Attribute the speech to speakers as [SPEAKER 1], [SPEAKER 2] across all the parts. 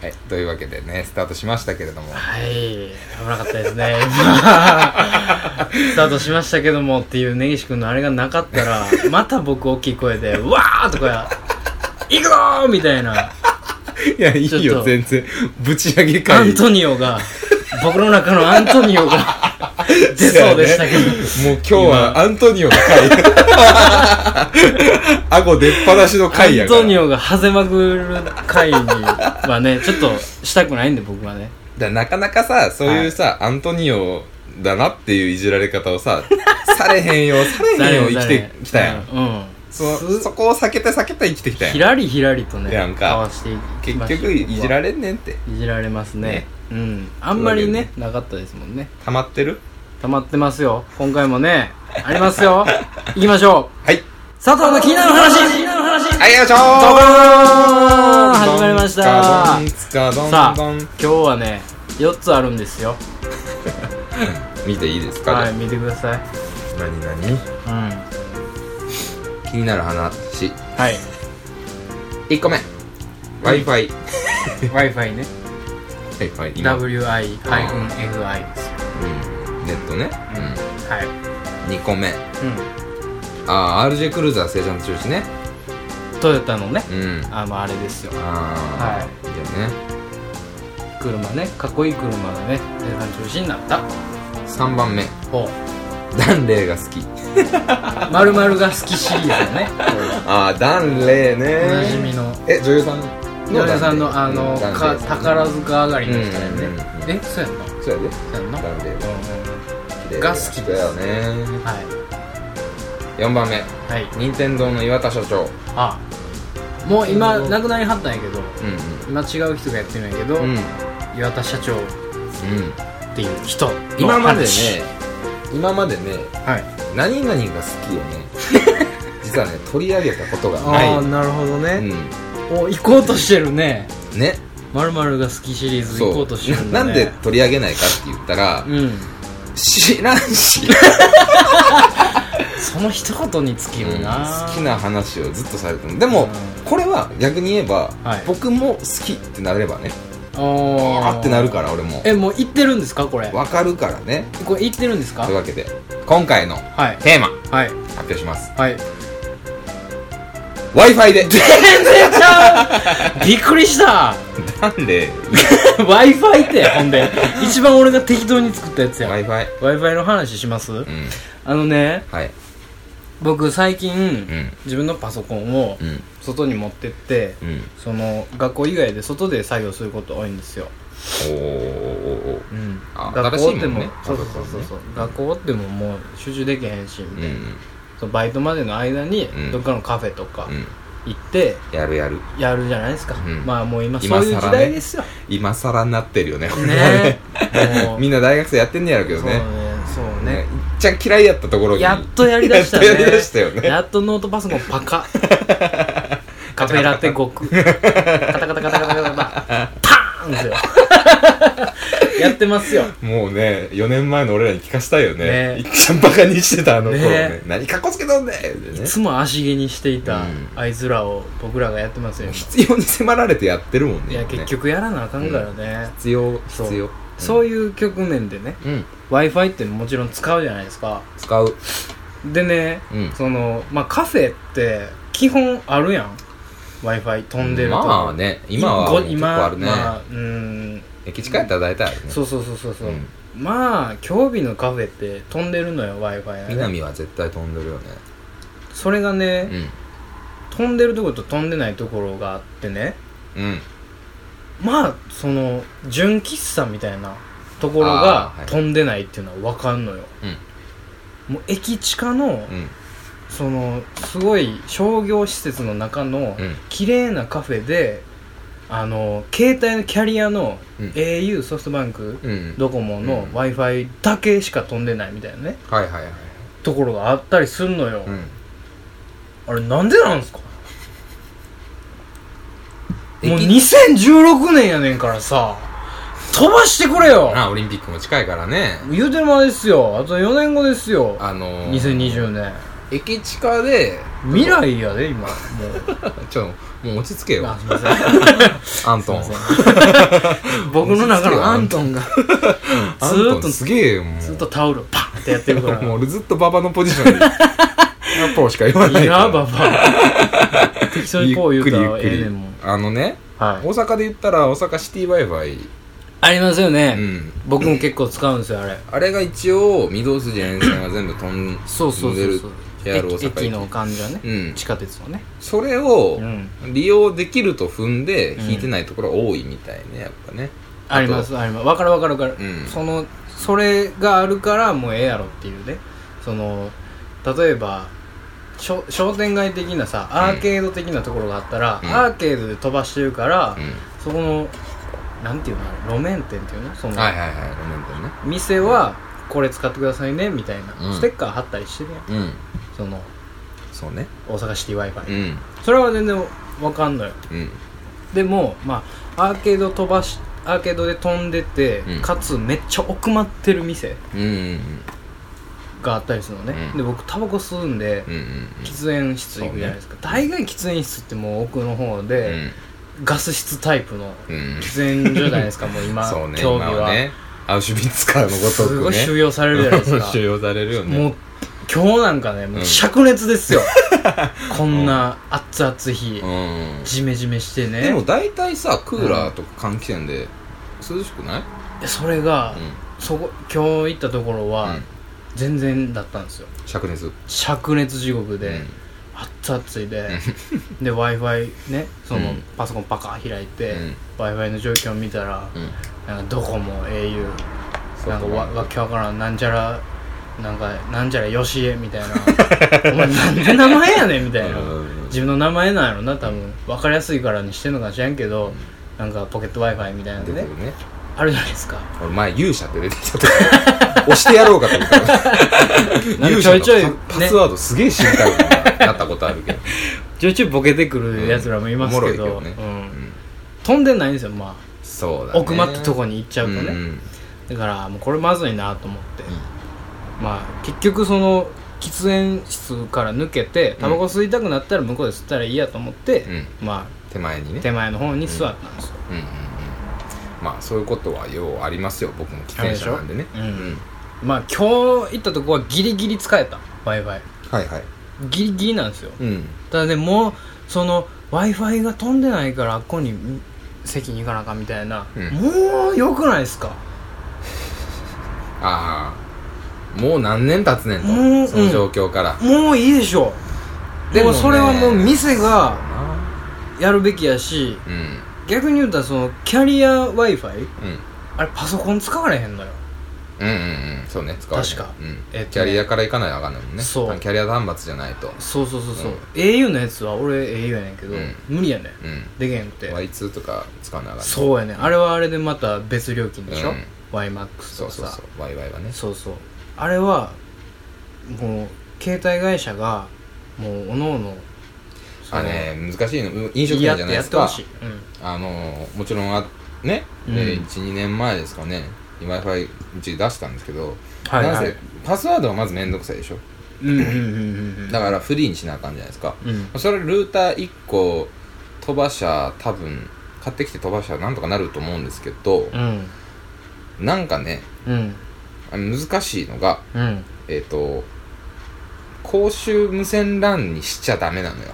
[SPEAKER 1] はい、というわけでねスタートしましたけれども
[SPEAKER 2] はい危なかったですねスタートしましたけどもっていう根岸君のあれがなかったらまた僕大きい声で「うわー!」とか「行くぞー!」みたい ない
[SPEAKER 1] やいい
[SPEAKER 2] ちょっ
[SPEAKER 1] よ
[SPEAKER 2] と
[SPEAKER 1] 全然ぶち上げ
[SPEAKER 2] ア
[SPEAKER 1] 会
[SPEAKER 2] ントニオが僕の中のアントニオが出そうでしたけど、
[SPEAKER 1] ど、もう今日はアントニオの 回顎出っ放しの回や
[SPEAKER 2] アン
[SPEAKER 1] から
[SPEAKER 2] トニオがはぜまぐる回にはねちょっとしたくないんで僕はね
[SPEAKER 1] だからなかなかさそういうさ、アントニオだなっていういじられ方を さされへんよされへんよ生きてきたやん、
[SPEAKER 2] うん
[SPEAKER 1] そそこを避けて避けて生きてきたや
[SPEAKER 2] ひ
[SPEAKER 1] ん
[SPEAKER 2] らりひらりとね
[SPEAKER 1] やんか
[SPEAKER 2] かわしていき
[SPEAKER 1] 結
[SPEAKER 2] ました
[SPEAKER 1] 局いじら
[SPEAKER 2] れ
[SPEAKER 1] れんねんって
[SPEAKER 2] いじられますね
[SPEAKER 1] ね
[SPEAKER 2] うんあんまりね
[SPEAKER 1] そ
[SPEAKER 2] なかったですもんね
[SPEAKER 1] 溜まってる
[SPEAKER 2] 溜まってますよ今回もねあります よ行きましょう
[SPEAKER 1] はい
[SPEAKER 2] 佐藤の気になる話気になる話
[SPEAKER 1] はいよいしょー
[SPEAKER 2] 始まりましたさ
[SPEAKER 1] さ
[SPEAKER 2] あ今日はね4つあるんですよ
[SPEAKER 1] 見ていいですか、
[SPEAKER 2] はい見てください
[SPEAKER 1] 何何
[SPEAKER 2] うん
[SPEAKER 1] 気になる話
[SPEAKER 2] はい
[SPEAKER 1] 1個目 w i f i w
[SPEAKER 2] w i f i ね
[SPEAKER 1] i f i 今、うん、
[SPEAKER 2] WI-FI ですよ
[SPEAKER 1] ネットね、
[SPEAKER 2] はい
[SPEAKER 1] うん、2個目
[SPEAKER 2] う
[SPEAKER 1] ああ RJ クルーザー生産中止ね
[SPEAKER 2] んトヨタのね
[SPEAKER 1] うん
[SPEAKER 2] あのあれですよ
[SPEAKER 1] ああ、
[SPEAKER 2] はい
[SPEAKER 1] じゃあね
[SPEAKER 2] 車ねかっこいい車がね生産中止になった
[SPEAKER 1] 3番目
[SPEAKER 2] ほう
[SPEAKER 1] ダンレイが好き
[SPEAKER 2] まるまるが好きシリーズだね
[SPEAKER 1] ああダンレイね
[SPEAKER 2] おなじみの
[SPEAKER 1] え女優さん
[SPEAKER 2] 野田さんの
[SPEAKER 1] ダ
[SPEAKER 2] あ
[SPEAKER 1] ンレイ
[SPEAKER 2] の
[SPEAKER 1] うんダンレイ
[SPEAKER 2] か宝塚上がりの人だよね
[SPEAKER 1] うんうんうん
[SPEAKER 2] えそうやんのそ
[SPEAKER 1] そうやで
[SPEAKER 2] うやんの
[SPEAKER 1] ダンレイ
[SPEAKER 2] うん
[SPEAKER 1] で
[SPEAKER 2] が好きです
[SPEAKER 1] だよね
[SPEAKER 2] はい
[SPEAKER 1] 4番目
[SPEAKER 2] はい
[SPEAKER 1] 任天堂の岩田所長
[SPEAKER 2] あもう今なくなりはったんやけど
[SPEAKER 1] う
[SPEAKER 2] 今違う人がやってるんやけど
[SPEAKER 1] うんうん
[SPEAKER 2] 岩田社長っ
[SPEAKER 1] うん
[SPEAKER 2] ていう人の
[SPEAKER 1] 今
[SPEAKER 2] 話
[SPEAKER 1] までね今までね
[SPEAKER 2] はい
[SPEAKER 1] 何々が好 きよね実はね取り上げたことがない
[SPEAKER 2] ああなるほど
[SPEAKER 1] う
[SPEAKER 2] ね
[SPEAKER 1] ん
[SPEAKER 2] お行こうとしてるね
[SPEAKER 1] ね
[SPEAKER 2] まるまるが好きシリーズ行こうとしてるんだ
[SPEAKER 1] な
[SPEAKER 2] ね
[SPEAKER 1] なんで取り上げないかって言ったら
[SPEAKER 2] うん
[SPEAKER 1] 知らんし
[SPEAKER 2] その一言に尽き
[SPEAKER 1] うん
[SPEAKER 2] るな
[SPEAKER 1] 好きな話をずっとされてるでも
[SPEAKER 2] うん
[SPEAKER 1] これは逆に言えば
[SPEAKER 2] はい
[SPEAKER 1] 僕も好きってなればね
[SPEAKER 2] あ
[SPEAKER 1] あってなるからら俺も
[SPEAKER 2] えもう行ってるんですかこれ
[SPEAKER 1] わかるからね
[SPEAKER 2] これ行ってるんですか
[SPEAKER 1] というわけで今回の
[SPEAKER 2] はい
[SPEAKER 1] テーマ
[SPEAKER 2] はい
[SPEAKER 1] 発表します
[SPEAKER 2] はい
[SPEAKER 1] w i f i で
[SPEAKER 2] びっくりした
[SPEAKER 1] なんで
[SPEAKER 2] w i f i ってほんで一番俺が適当に作ったやつや
[SPEAKER 1] w
[SPEAKER 2] w
[SPEAKER 1] i f i
[SPEAKER 2] i f i の話します
[SPEAKER 1] うん
[SPEAKER 2] あのね
[SPEAKER 1] はい
[SPEAKER 2] 僕最近、
[SPEAKER 1] うん
[SPEAKER 2] 自分のパソコンを
[SPEAKER 1] うん
[SPEAKER 2] 外に持ってって、
[SPEAKER 1] うん
[SPEAKER 2] その学校以外で外で作業すること多いんですよ、
[SPEAKER 1] おーおーおー
[SPEAKER 2] うん、
[SPEAKER 1] あ
[SPEAKER 2] 学校っ
[SPEAKER 1] 新
[SPEAKER 2] て
[SPEAKER 1] しいも
[SPEAKER 2] も
[SPEAKER 1] んね
[SPEAKER 2] そうそうそうそう、学校ってももう集中できへんしみたいな
[SPEAKER 1] う、ん
[SPEAKER 2] そのバイトまでの間に
[SPEAKER 1] うん
[SPEAKER 2] どっかのカフェとか
[SPEAKER 1] うん
[SPEAKER 2] 行って
[SPEAKER 1] やるやる
[SPEAKER 2] やるじゃないですか、
[SPEAKER 1] うん
[SPEAKER 2] まあもう今そ
[SPEAKER 1] 今
[SPEAKER 2] うい
[SPEAKER 1] 更
[SPEAKER 2] う
[SPEAKER 1] ね
[SPEAKER 2] 時代ですよ
[SPEAKER 1] 今更になってるよねこれは
[SPEAKER 2] ねも う
[SPEAKER 1] みんな大学生やってんねやろうけど
[SPEAKER 2] そうね
[SPEAKER 1] ね
[SPEAKER 2] そう
[SPEAKER 1] ねい
[SPEAKER 2] ね
[SPEAKER 1] っちゃん嫌いやったところに
[SPEAKER 2] やっとやりだした ね
[SPEAKER 1] やっとやりだしたよね
[SPEAKER 2] やっとノートパソコンパ カカフェラテ極カタカタカタカタカタカタパーンで すよやってますよ
[SPEAKER 1] もうね4年前の俺らに聞かしたいよね
[SPEAKER 2] ね
[SPEAKER 1] いっちゃんバカにしてたあの頃ね
[SPEAKER 2] ね
[SPEAKER 1] 何かっこつけたんだよって
[SPEAKER 2] い
[SPEAKER 1] ね
[SPEAKER 2] つも足毛にしていた
[SPEAKER 1] うん
[SPEAKER 2] あいつらを僕らがやってますよ今
[SPEAKER 1] 必要に迫られてやってるもんね
[SPEAKER 2] いや
[SPEAKER 1] 今ね
[SPEAKER 2] 結局やらなあかんからね、
[SPEAKER 1] 必要
[SPEAKER 2] そう
[SPEAKER 1] 必要
[SPEAKER 2] そういう局面でね
[SPEAKER 1] うん、うん
[SPEAKER 2] w i f i ってもちろん使うじゃないですか
[SPEAKER 1] 使う
[SPEAKER 2] でね、
[SPEAKER 1] うん
[SPEAKER 2] そのまあカフェって基本あるやん w i f i 飛んでると
[SPEAKER 1] まあね今はもう
[SPEAKER 2] ご
[SPEAKER 1] 結構あるね、
[SPEAKER 2] まあ、うん
[SPEAKER 1] 駅近やったら大体あるね
[SPEAKER 2] そうそうそうそうそう、
[SPEAKER 1] うん
[SPEAKER 2] まあ今日日のカフェって飛んでるのよ w i f i
[SPEAKER 1] 南は絶対飛んでるよね
[SPEAKER 2] それがね、飛んでるところと飛んでないところがあってね
[SPEAKER 1] うんうん
[SPEAKER 2] まあその純喫茶みたいなところ
[SPEAKER 1] あ
[SPEAKER 2] が
[SPEAKER 1] ーはい
[SPEAKER 2] 飛んでないっていうのは分かんのよ、もう駅近の、
[SPEAKER 1] うん
[SPEAKER 2] そのすごい商業施設の中の
[SPEAKER 1] うん
[SPEAKER 2] 綺麗なカフェであの携帯のキャリアの
[SPEAKER 1] うん
[SPEAKER 2] au ソフトバンク
[SPEAKER 1] うん
[SPEAKER 2] ドコモ
[SPEAKER 1] う
[SPEAKER 2] の
[SPEAKER 1] ん
[SPEAKER 2] w i f i だけしか飛んでないみたいなね
[SPEAKER 1] はいはいはい
[SPEAKER 2] ところがあったりするのよ、
[SPEAKER 1] うん
[SPEAKER 2] あれなんでなんですかもう
[SPEAKER 1] 駅
[SPEAKER 2] 2016年やねんからさ飛ばしてくれよ
[SPEAKER 1] なオリンピックも近いからね
[SPEAKER 2] 言うてる間ですよあと4年後ですよ
[SPEAKER 1] あのー
[SPEAKER 2] 2020年
[SPEAKER 1] 駅近で
[SPEAKER 2] 未来やで今も
[SPEAKER 1] ちょもう落ち着け
[SPEAKER 2] う
[SPEAKER 1] よ
[SPEAKER 2] あすいませ ん
[SPEAKER 1] アントン
[SPEAKER 2] すいませ ん僕の中のアントンが ず
[SPEAKER 1] アントン
[SPEAKER 2] ーっと
[SPEAKER 1] すげえよもう
[SPEAKER 2] ずっとタオルをパンってやってるから
[SPEAKER 1] もう俺ずっとババのポジ ションでヤッポーしか言わない
[SPEAKER 2] い
[SPEAKER 1] か
[SPEAKER 2] や
[SPEAKER 1] ら
[SPEAKER 2] ばば適当にこう言うたらええねんもん
[SPEAKER 1] あのね
[SPEAKER 2] はい
[SPEAKER 1] 大阪で言ったら大阪シティワイファイ
[SPEAKER 2] ありますよね、
[SPEAKER 1] うん
[SPEAKER 2] 僕も結構使うんですよあれ
[SPEAKER 1] あれが一応御堂筋沿線は全部飛ん
[SPEAKER 2] そうそうそうそう
[SPEAKER 1] 飛んでる JR 大
[SPEAKER 2] 駅
[SPEAKER 1] 阪
[SPEAKER 2] 駅の感じはね、
[SPEAKER 1] うん
[SPEAKER 2] 地下鉄のね
[SPEAKER 1] それを
[SPEAKER 2] うん
[SPEAKER 1] 利用できると踏んで
[SPEAKER 2] うん
[SPEAKER 1] 引いてないところが多いみたいねやっぱね
[SPEAKER 2] ありますあります分かる分かる分かる、
[SPEAKER 1] うん
[SPEAKER 2] そのそれがあるからもうええやろっていうねその例えば商商店街的なさアーケード的なところがあったら、
[SPEAKER 1] うん
[SPEAKER 2] アーケードで飛ばしてるから、
[SPEAKER 1] うん
[SPEAKER 2] そこのなんていうのあれ路面店っていうのその、
[SPEAKER 1] はいはいはいごめんね
[SPEAKER 2] 店はこれ使ってくださいねみたいな、
[SPEAKER 1] うん
[SPEAKER 2] ステッカー貼ったりしてね
[SPEAKER 1] うん
[SPEAKER 2] その
[SPEAKER 1] そうね
[SPEAKER 2] 大阪シティ w i f
[SPEAKER 1] う
[SPEAKER 2] i
[SPEAKER 1] ん
[SPEAKER 2] それは全然わかんない
[SPEAKER 1] うん
[SPEAKER 2] でもまあアーケード飛ばしアーケードで飛んでて、
[SPEAKER 1] うん
[SPEAKER 2] かつめっちゃ奥まってる店
[SPEAKER 1] うんうん
[SPEAKER 2] があったりするのね、
[SPEAKER 1] うん
[SPEAKER 2] で僕タバコ吸うんで、
[SPEAKER 1] うんうんうん
[SPEAKER 2] 喫煙室行くじゃないですか、大概喫煙室ってもう奥の方
[SPEAKER 1] う
[SPEAKER 2] で、
[SPEAKER 1] ん
[SPEAKER 2] ガス室タイプの
[SPEAKER 1] うん
[SPEAKER 2] 喫煙所じゃないですかもう 今
[SPEAKER 1] そうね
[SPEAKER 2] 興味
[SPEAKER 1] 今
[SPEAKER 2] は
[SPEAKER 1] はねアウシュビッツからのごと
[SPEAKER 2] すご
[SPEAKER 1] く
[SPEAKER 2] い
[SPEAKER 1] ね
[SPEAKER 2] 収容されるじゃないで すか
[SPEAKER 1] 収容されるよね
[SPEAKER 2] もう今日なんかねもう灼熱で すよ、こんな熱々日、
[SPEAKER 1] うん
[SPEAKER 2] ジメジメしてね
[SPEAKER 1] でも大体さクーラーとか換気扇で涼しくない
[SPEAKER 2] でそれが、
[SPEAKER 1] うん
[SPEAKER 2] そこ今日行ったところは、
[SPEAKER 1] うん
[SPEAKER 2] 全然だったんですよ
[SPEAKER 1] 灼熱
[SPEAKER 2] 灼熱地獄で、
[SPEAKER 1] うん
[SPEAKER 2] 熱々で で w i f i ねその、
[SPEAKER 1] うん
[SPEAKER 2] パソコンパカー開いて、
[SPEAKER 1] うん
[SPEAKER 2] w i f i の状況を見たら、
[SPEAKER 1] うん
[SPEAKER 2] なんかドコモ au
[SPEAKER 1] そう
[SPEAKER 2] なんかわ
[SPEAKER 1] そう
[SPEAKER 2] わけわからんなんちゃらなんかなんちゃらよしえみた いなお前なんで名前やねんみたいな
[SPEAKER 1] うん
[SPEAKER 2] 自分の名前なんやろな多分分かりやすいからにしてんのかもしれんけど、なんかポケット w i f i みたいなんで
[SPEAKER 1] 出て
[SPEAKER 2] ね
[SPEAKER 1] くるね
[SPEAKER 2] あるじゃないですか
[SPEAKER 1] 俺前勇者って出てきた時 押してやろうかと思った
[SPEAKER 2] なんか
[SPEAKER 1] 勇
[SPEAKER 2] ちょ
[SPEAKER 1] 者
[SPEAKER 2] いちょい
[SPEAKER 1] のパパスワードすげえ知りたいななったことあるけど
[SPEAKER 2] ちょいちょいボケてくる やつらもいますけど,、
[SPEAKER 1] うんおもろいけどね
[SPEAKER 2] うん飛んでないんですよま
[SPEAKER 1] そう
[SPEAKER 2] あ、
[SPEAKER 1] だね
[SPEAKER 2] 奥まったとこに行っちゃうとね、
[SPEAKER 1] うんうん
[SPEAKER 2] だからもうこれまずいなと思って、まあ結局その喫煙室から抜けてタバコ吸いたくなったら向こうで吸ったらいいやと思って、
[SPEAKER 1] うん
[SPEAKER 2] ま
[SPEAKER 1] 手前に
[SPEAKER 2] あ
[SPEAKER 1] ね
[SPEAKER 2] 手前の方に座ったんですよ、
[SPEAKER 1] うんうんうんまあそういうことはようありますよ僕も喫煙者なんでね
[SPEAKER 2] あれでしょまあ今日行ったとこはギリギリ使えた w i f i
[SPEAKER 1] はいはい
[SPEAKER 2] ギリギリなんですよ
[SPEAKER 1] うん
[SPEAKER 2] ただねもうその w i f i が飛んでないからあっこにん席に行かなあかんみたいな、
[SPEAKER 1] うん
[SPEAKER 2] もうよくないですか
[SPEAKER 1] ああもう何年経つねんと
[SPEAKER 2] もう
[SPEAKER 1] その状況から
[SPEAKER 2] もういいでしょでも
[SPEAKER 1] でもね
[SPEAKER 2] それはもう店が
[SPEAKER 1] あ
[SPEAKER 2] やるべきやし
[SPEAKER 1] ーうん
[SPEAKER 2] 逆に言うたらそのキャリア w i f i
[SPEAKER 1] うん
[SPEAKER 2] あれパソコン使われへんのよ
[SPEAKER 1] うんうんうんそうね使われる
[SPEAKER 2] 確か
[SPEAKER 1] うん
[SPEAKER 2] えっとね
[SPEAKER 1] キャリアから行かないとあかんないもんね
[SPEAKER 2] そう
[SPEAKER 1] キャリア端末じゃないと
[SPEAKER 2] そうそうそうそう、
[SPEAKER 1] うん
[SPEAKER 2] au のやつは俺 au やねんけど、
[SPEAKER 1] うん
[SPEAKER 2] 無理やねん
[SPEAKER 1] うん
[SPEAKER 2] できへんくて
[SPEAKER 1] Y2 とか使わなあかんない
[SPEAKER 2] そうやねんあれはあれでまた別料金でしょ、
[SPEAKER 1] うん
[SPEAKER 2] YMAX と
[SPEAKER 1] そう
[SPEAKER 2] か
[SPEAKER 1] そ
[SPEAKER 2] さ
[SPEAKER 1] うそうワイワイはね
[SPEAKER 2] そうそうあれはもう携帯会社がもうおのおのその
[SPEAKER 1] あね難しいのう飲
[SPEAKER 2] 言
[SPEAKER 1] 食
[SPEAKER 2] い
[SPEAKER 1] 店じ
[SPEAKER 2] 合っ
[SPEAKER 1] ゃ
[SPEAKER 2] て
[SPEAKER 1] ない
[SPEAKER 2] や
[SPEAKER 1] で
[SPEAKER 2] っ
[SPEAKER 1] す
[SPEAKER 2] てほ
[SPEAKER 1] か
[SPEAKER 2] しい、
[SPEAKER 1] あのもちろんあね、
[SPEAKER 2] うん
[SPEAKER 1] えー12年前ですかね w i f i うち出したんですけど、
[SPEAKER 2] はいはい
[SPEAKER 1] なんせパスワードはまず面倒くさいでしょ
[SPEAKER 2] うん、うんうんうんうんうん
[SPEAKER 1] だからフリーにしなあかんじゃないですか、
[SPEAKER 2] うん
[SPEAKER 1] それルーター1個飛ばしゃ多分買ってきて飛ばしゃなんとかなると思うんですけど、
[SPEAKER 2] うん
[SPEAKER 1] なんかね
[SPEAKER 2] うん
[SPEAKER 1] あの難しいのが
[SPEAKER 2] うん
[SPEAKER 1] えっ、と公衆無線 LAN にしちゃダメなのよ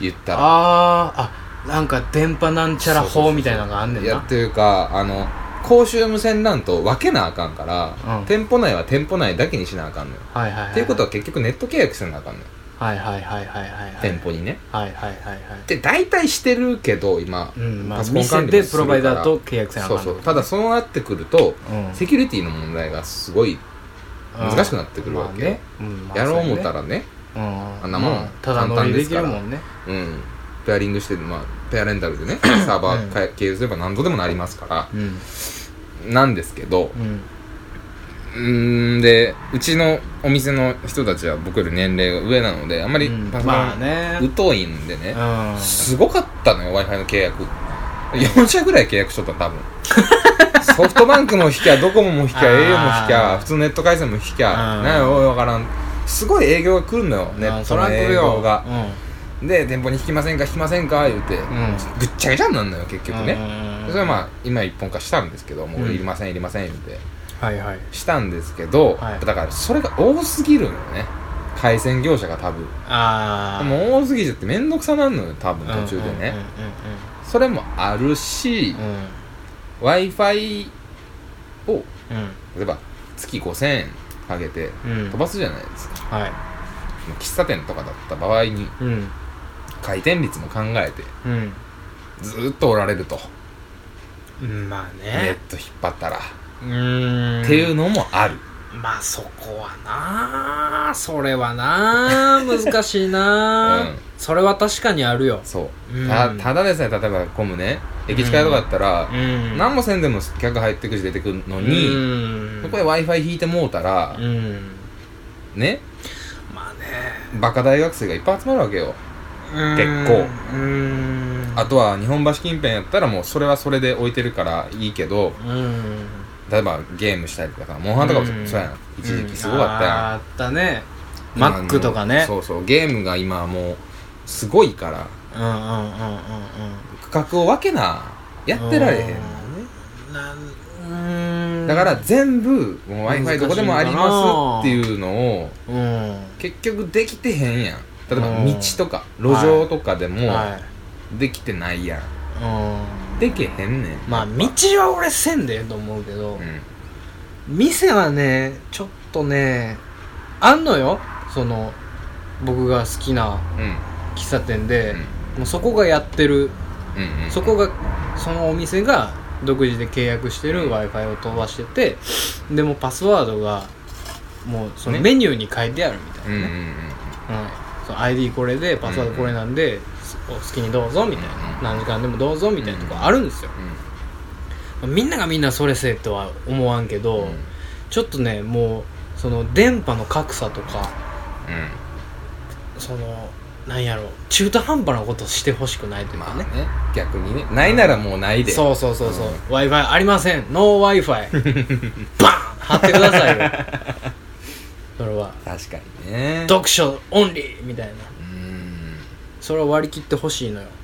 [SPEAKER 1] 言ったら
[SPEAKER 2] あーあなんか電波なんちゃら法みたいなのがあんねん
[SPEAKER 1] いや
[SPEAKER 2] な
[SPEAKER 1] っていうかあの公衆無線 LAN と分けなあかんから、
[SPEAKER 2] うん
[SPEAKER 1] 店舗内は店舗内だけにしなあかんのよ、
[SPEAKER 2] はいはいはい
[SPEAKER 1] っていうことは結局ネット契約せなあかんのよ、
[SPEAKER 2] はいはいはいはいはいはい
[SPEAKER 1] 店舗にね
[SPEAKER 2] はいはいはいはい
[SPEAKER 1] で大体してるけど今、
[SPEAKER 2] うんまあ
[SPEAKER 1] パソコン管
[SPEAKER 2] 店
[SPEAKER 1] 理
[SPEAKER 2] で
[SPEAKER 1] もす
[SPEAKER 2] プ
[SPEAKER 1] る
[SPEAKER 2] ロ
[SPEAKER 1] から
[SPEAKER 2] バイダーと契約せなあか
[SPEAKER 1] そ
[SPEAKER 2] ん
[SPEAKER 1] う
[SPEAKER 2] の
[SPEAKER 1] そうただそうなってくると、
[SPEAKER 2] うん
[SPEAKER 1] セキュリティの問題がすごい難しくなってくるわけ、
[SPEAKER 2] うんまあねうんまあ
[SPEAKER 1] やろう
[SPEAKER 2] そ
[SPEAKER 1] 思っ
[SPEAKER 2] ね
[SPEAKER 1] たらね
[SPEAKER 2] うんあ
[SPEAKER 1] んなもん
[SPEAKER 2] ただ乗りできるもんね
[SPEAKER 1] うんペアリングしてまあペアレンタルで ねサーバーか経由すれば何度でもなりますから
[SPEAKER 2] うん
[SPEAKER 1] なんですけど
[SPEAKER 2] うん
[SPEAKER 1] うーんでうちのお店の人たちは僕より年齢が上なのであんまり
[SPEAKER 2] うん
[SPEAKER 1] パソコ
[SPEAKER 2] まあ
[SPEAKER 1] ン
[SPEAKER 2] ね
[SPEAKER 1] 疎いんでね、
[SPEAKER 2] うん
[SPEAKER 1] すごかったのよ w i f i の契約4社ぐらい契約しとったの 多分ソフトバンクも引きゃドコモも引きゃ
[SPEAKER 2] あー
[SPEAKER 1] au も引きゃ普通ネット回線も引きゃ
[SPEAKER 2] うん
[SPEAKER 1] なんやようわからんすごい営業が来るのよネットの営業が
[SPEAKER 2] うんうん
[SPEAKER 1] で店舗に引きませんか引きませんか言うて、
[SPEAKER 2] ん
[SPEAKER 1] ぐっちゃぐちゃになるのよ結局ね、
[SPEAKER 2] うん
[SPEAKER 1] それはまあ今一本化したんですけどもう
[SPEAKER 2] うん
[SPEAKER 1] いりませんいりません言うて
[SPEAKER 2] はいはい
[SPEAKER 1] したんですけど、
[SPEAKER 2] はい
[SPEAKER 1] だからそれが多すぎるのよね回線業者が多分
[SPEAKER 2] ああ
[SPEAKER 1] もう多すぎちゃって面倒くさなんのよ多分途中でね、それもあるし
[SPEAKER 2] うんうんうんうん
[SPEAKER 1] w i f i を
[SPEAKER 2] うん
[SPEAKER 1] 例えば月5000円かけて
[SPEAKER 2] うんうん
[SPEAKER 1] 飛ばすじゃないですか、
[SPEAKER 2] はい
[SPEAKER 1] 喫茶店とかだった場合に
[SPEAKER 2] うん
[SPEAKER 1] 回転率も考えて
[SPEAKER 2] うん
[SPEAKER 1] ずーっとおられると
[SPEAKER 2] うんまあ
[SPEAKER 1] ネッ
[SPEAKER 2] ね
[SPEAKER 1] ト引っ張ったら、
[SPEAKER 2] うーん
[SPEAKER 1] っていうのもある
[SPEAKER 2] まあそこはなあそれはなあ 難しいなあ、
[SPEAKER 1] うん
[SPEAKER 2] それは確かにあるよ
[SPEAKER 1] そう
[SPEAKER 2] うん
[SPEAKER 1] たただでさえ例えば混むね駅近いとかだったら、
[SPEAKER 2] ん
[SPEAKER 1] 何もせんでも客入ってくし出てくるのに、
[SPEAKER 2] うん
[SPEAKER 1] そこで w i f i 引いてもうたら
[SPEAKER 2] う、ん
[SPEAKER 1] ね
[SPEAKER 2] まあね
[SPEAKER 1] バカ大学生がいっぱい集まるわけよ結構
[SPEAKER 2] うん
[SPEAKER 1] あとは日本橋近辺やったらもうそれはそれで置いてるからいいけど
[SPEAKER 2] うん
[SPEAKER 1] 例えばゲームしたりとかさモンハンとかも
[SPEAKER 2] うん
[SPEAKER 1] そうやん一時期すごかったやん
[SPEAKER 2] うんあーあったねマックとかね
[SPEAKER 1] そうそうゲームが今もうすごいから
[SPEAKER 2] うんうんうんうん
[SPEAKER 1] 区画を分けなやってられへんのね
[SPEAKER 2] うんなんうん
[SPEAKER 1] だから全部 w i f i どこでもありますっていうのを
[SPEAKER 2] うん
[SPEAKER 1] 結局できてへんやん例えば
[SPEAKER 2] うん
[SPEAKER 1] 道とか路上とかでも
[SPEAKER 2] はい
[SPEAKER 1] できてないやん、
[SPEAKER 2] うん
[SPEAKER 1] できへんねん
[SPEAKER 2] まあ道は俺せんでええと思うけど、
[SPEAKER 1] うん
[SPEAKER 2] 店はねちょっとねあんのよその僕が好きな
[SPEAKER 1] うん
[SPEAKER 2] 喫茶店で、
[SPEAKER 1] うん
[SPEAKER 2] もうそこがやってる
[SPEAKER 1] うんうん
[SPEAKER 2] そこがそのお店が独自で契約してる w i f i を飛ばしててでもパスワードがもうその
[SPEAKER 1] ね
[SPEAKER 2] メニューに書いてあるみた
[SPEAKER 1] う
[SPEAKER 2] い
[SPEAKER 1] んうん
[SPEAKER 2] な
[SPEAKER 1] う
[SPEAKER 2] ね、
[SPEAKER 1] ん
[SPEAKER 2] うんその ID これでパスワードこれなんで、お好きにどうぞみたいな、
[SPEAKER 1] うん
[SPEAKER 2] 何時間でもどうぞみたいなとこあるんですよ、みんながみんなそれせえとは思わんけど、
[SPEAKER 1] うん
[SPEAKER 2] ちょっとねもうその電波の格差とかそのなんやろ中途半端なことしてほしくないと
[SPEAKER 1] う
[SPEAKER 2] い
[SPEAKER 1] ん
[SPEAKER 2] う
[SPEAKER 1] ま
[SPEAKER 2] か
[SPEAKER 1] あ
[SPEAKER 2] ね
[SPEAKER 1] ね、逆にねないならもうないで
[SPEAKER 2] そうそうそうそう
[SPEAKER 1] うん
[SPEAKER 2] w i f i ありませんノー w i f i バーン貼ってくださいよそれは
[SPEAKER 1] 確かにね
[SPEAKER 2] 読書オンリーみたいな
[SPEAKER 1] うん
[SPEAKER 2] それは割り切ってほしいのよだか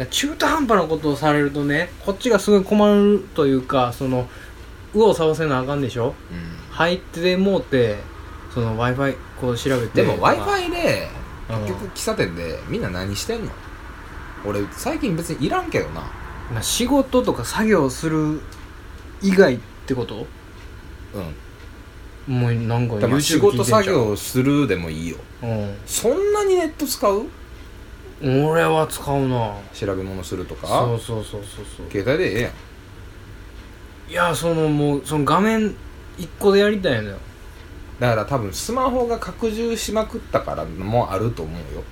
[SPEAKER 2] ら中途半端なことをされるとねこっちがすごい困るというかその右往左往せなあかんでしょ
[SPEAKER 1] うん
[SPEAKER 2] 入ってもうてその w i f i こう調べ
[SPEAKER 1] で
[SPEAKER 2] て
[SPEAKER 1] も w
[SPEAKER 2] とか
[SPEAKER 1] i f i で
[SPEAKER 2] うん
[SPEAKER 1] 結局喫茶店でみんな何してんの俺最近別にいらんけどな
[SPEAKER 2] まあ、仕事とか作業する以外ってこと
[SPEAKER 1] うん
[SPEAKER 2] もうなんか
[SPEAKER 1] だから
[SPEAKER 2] YouTube
[SPEAKER 1] 仕事
[SPEAKER 2] 聞い
[SPEAKER 1] 作
[SPEAKER 2] てんちゃう
[SPEAKER 1] 業するでもいいよそんなにネット使う
[SPEAKER 2] うん俺は使うな
[SPEAKER 1] 調べ物すると
[SPEAKER 2] そ
[SPEAKER 1] か
[SPEAKER 2] うそうそうそうそう
[SPEAKER 1] 携帯でええやん
[SPEAKER 2] いやそのもうその画面一個でやりたいのよ
[SPEAKER 1] だから多分スマホが拡充しまくったからもあると思うよ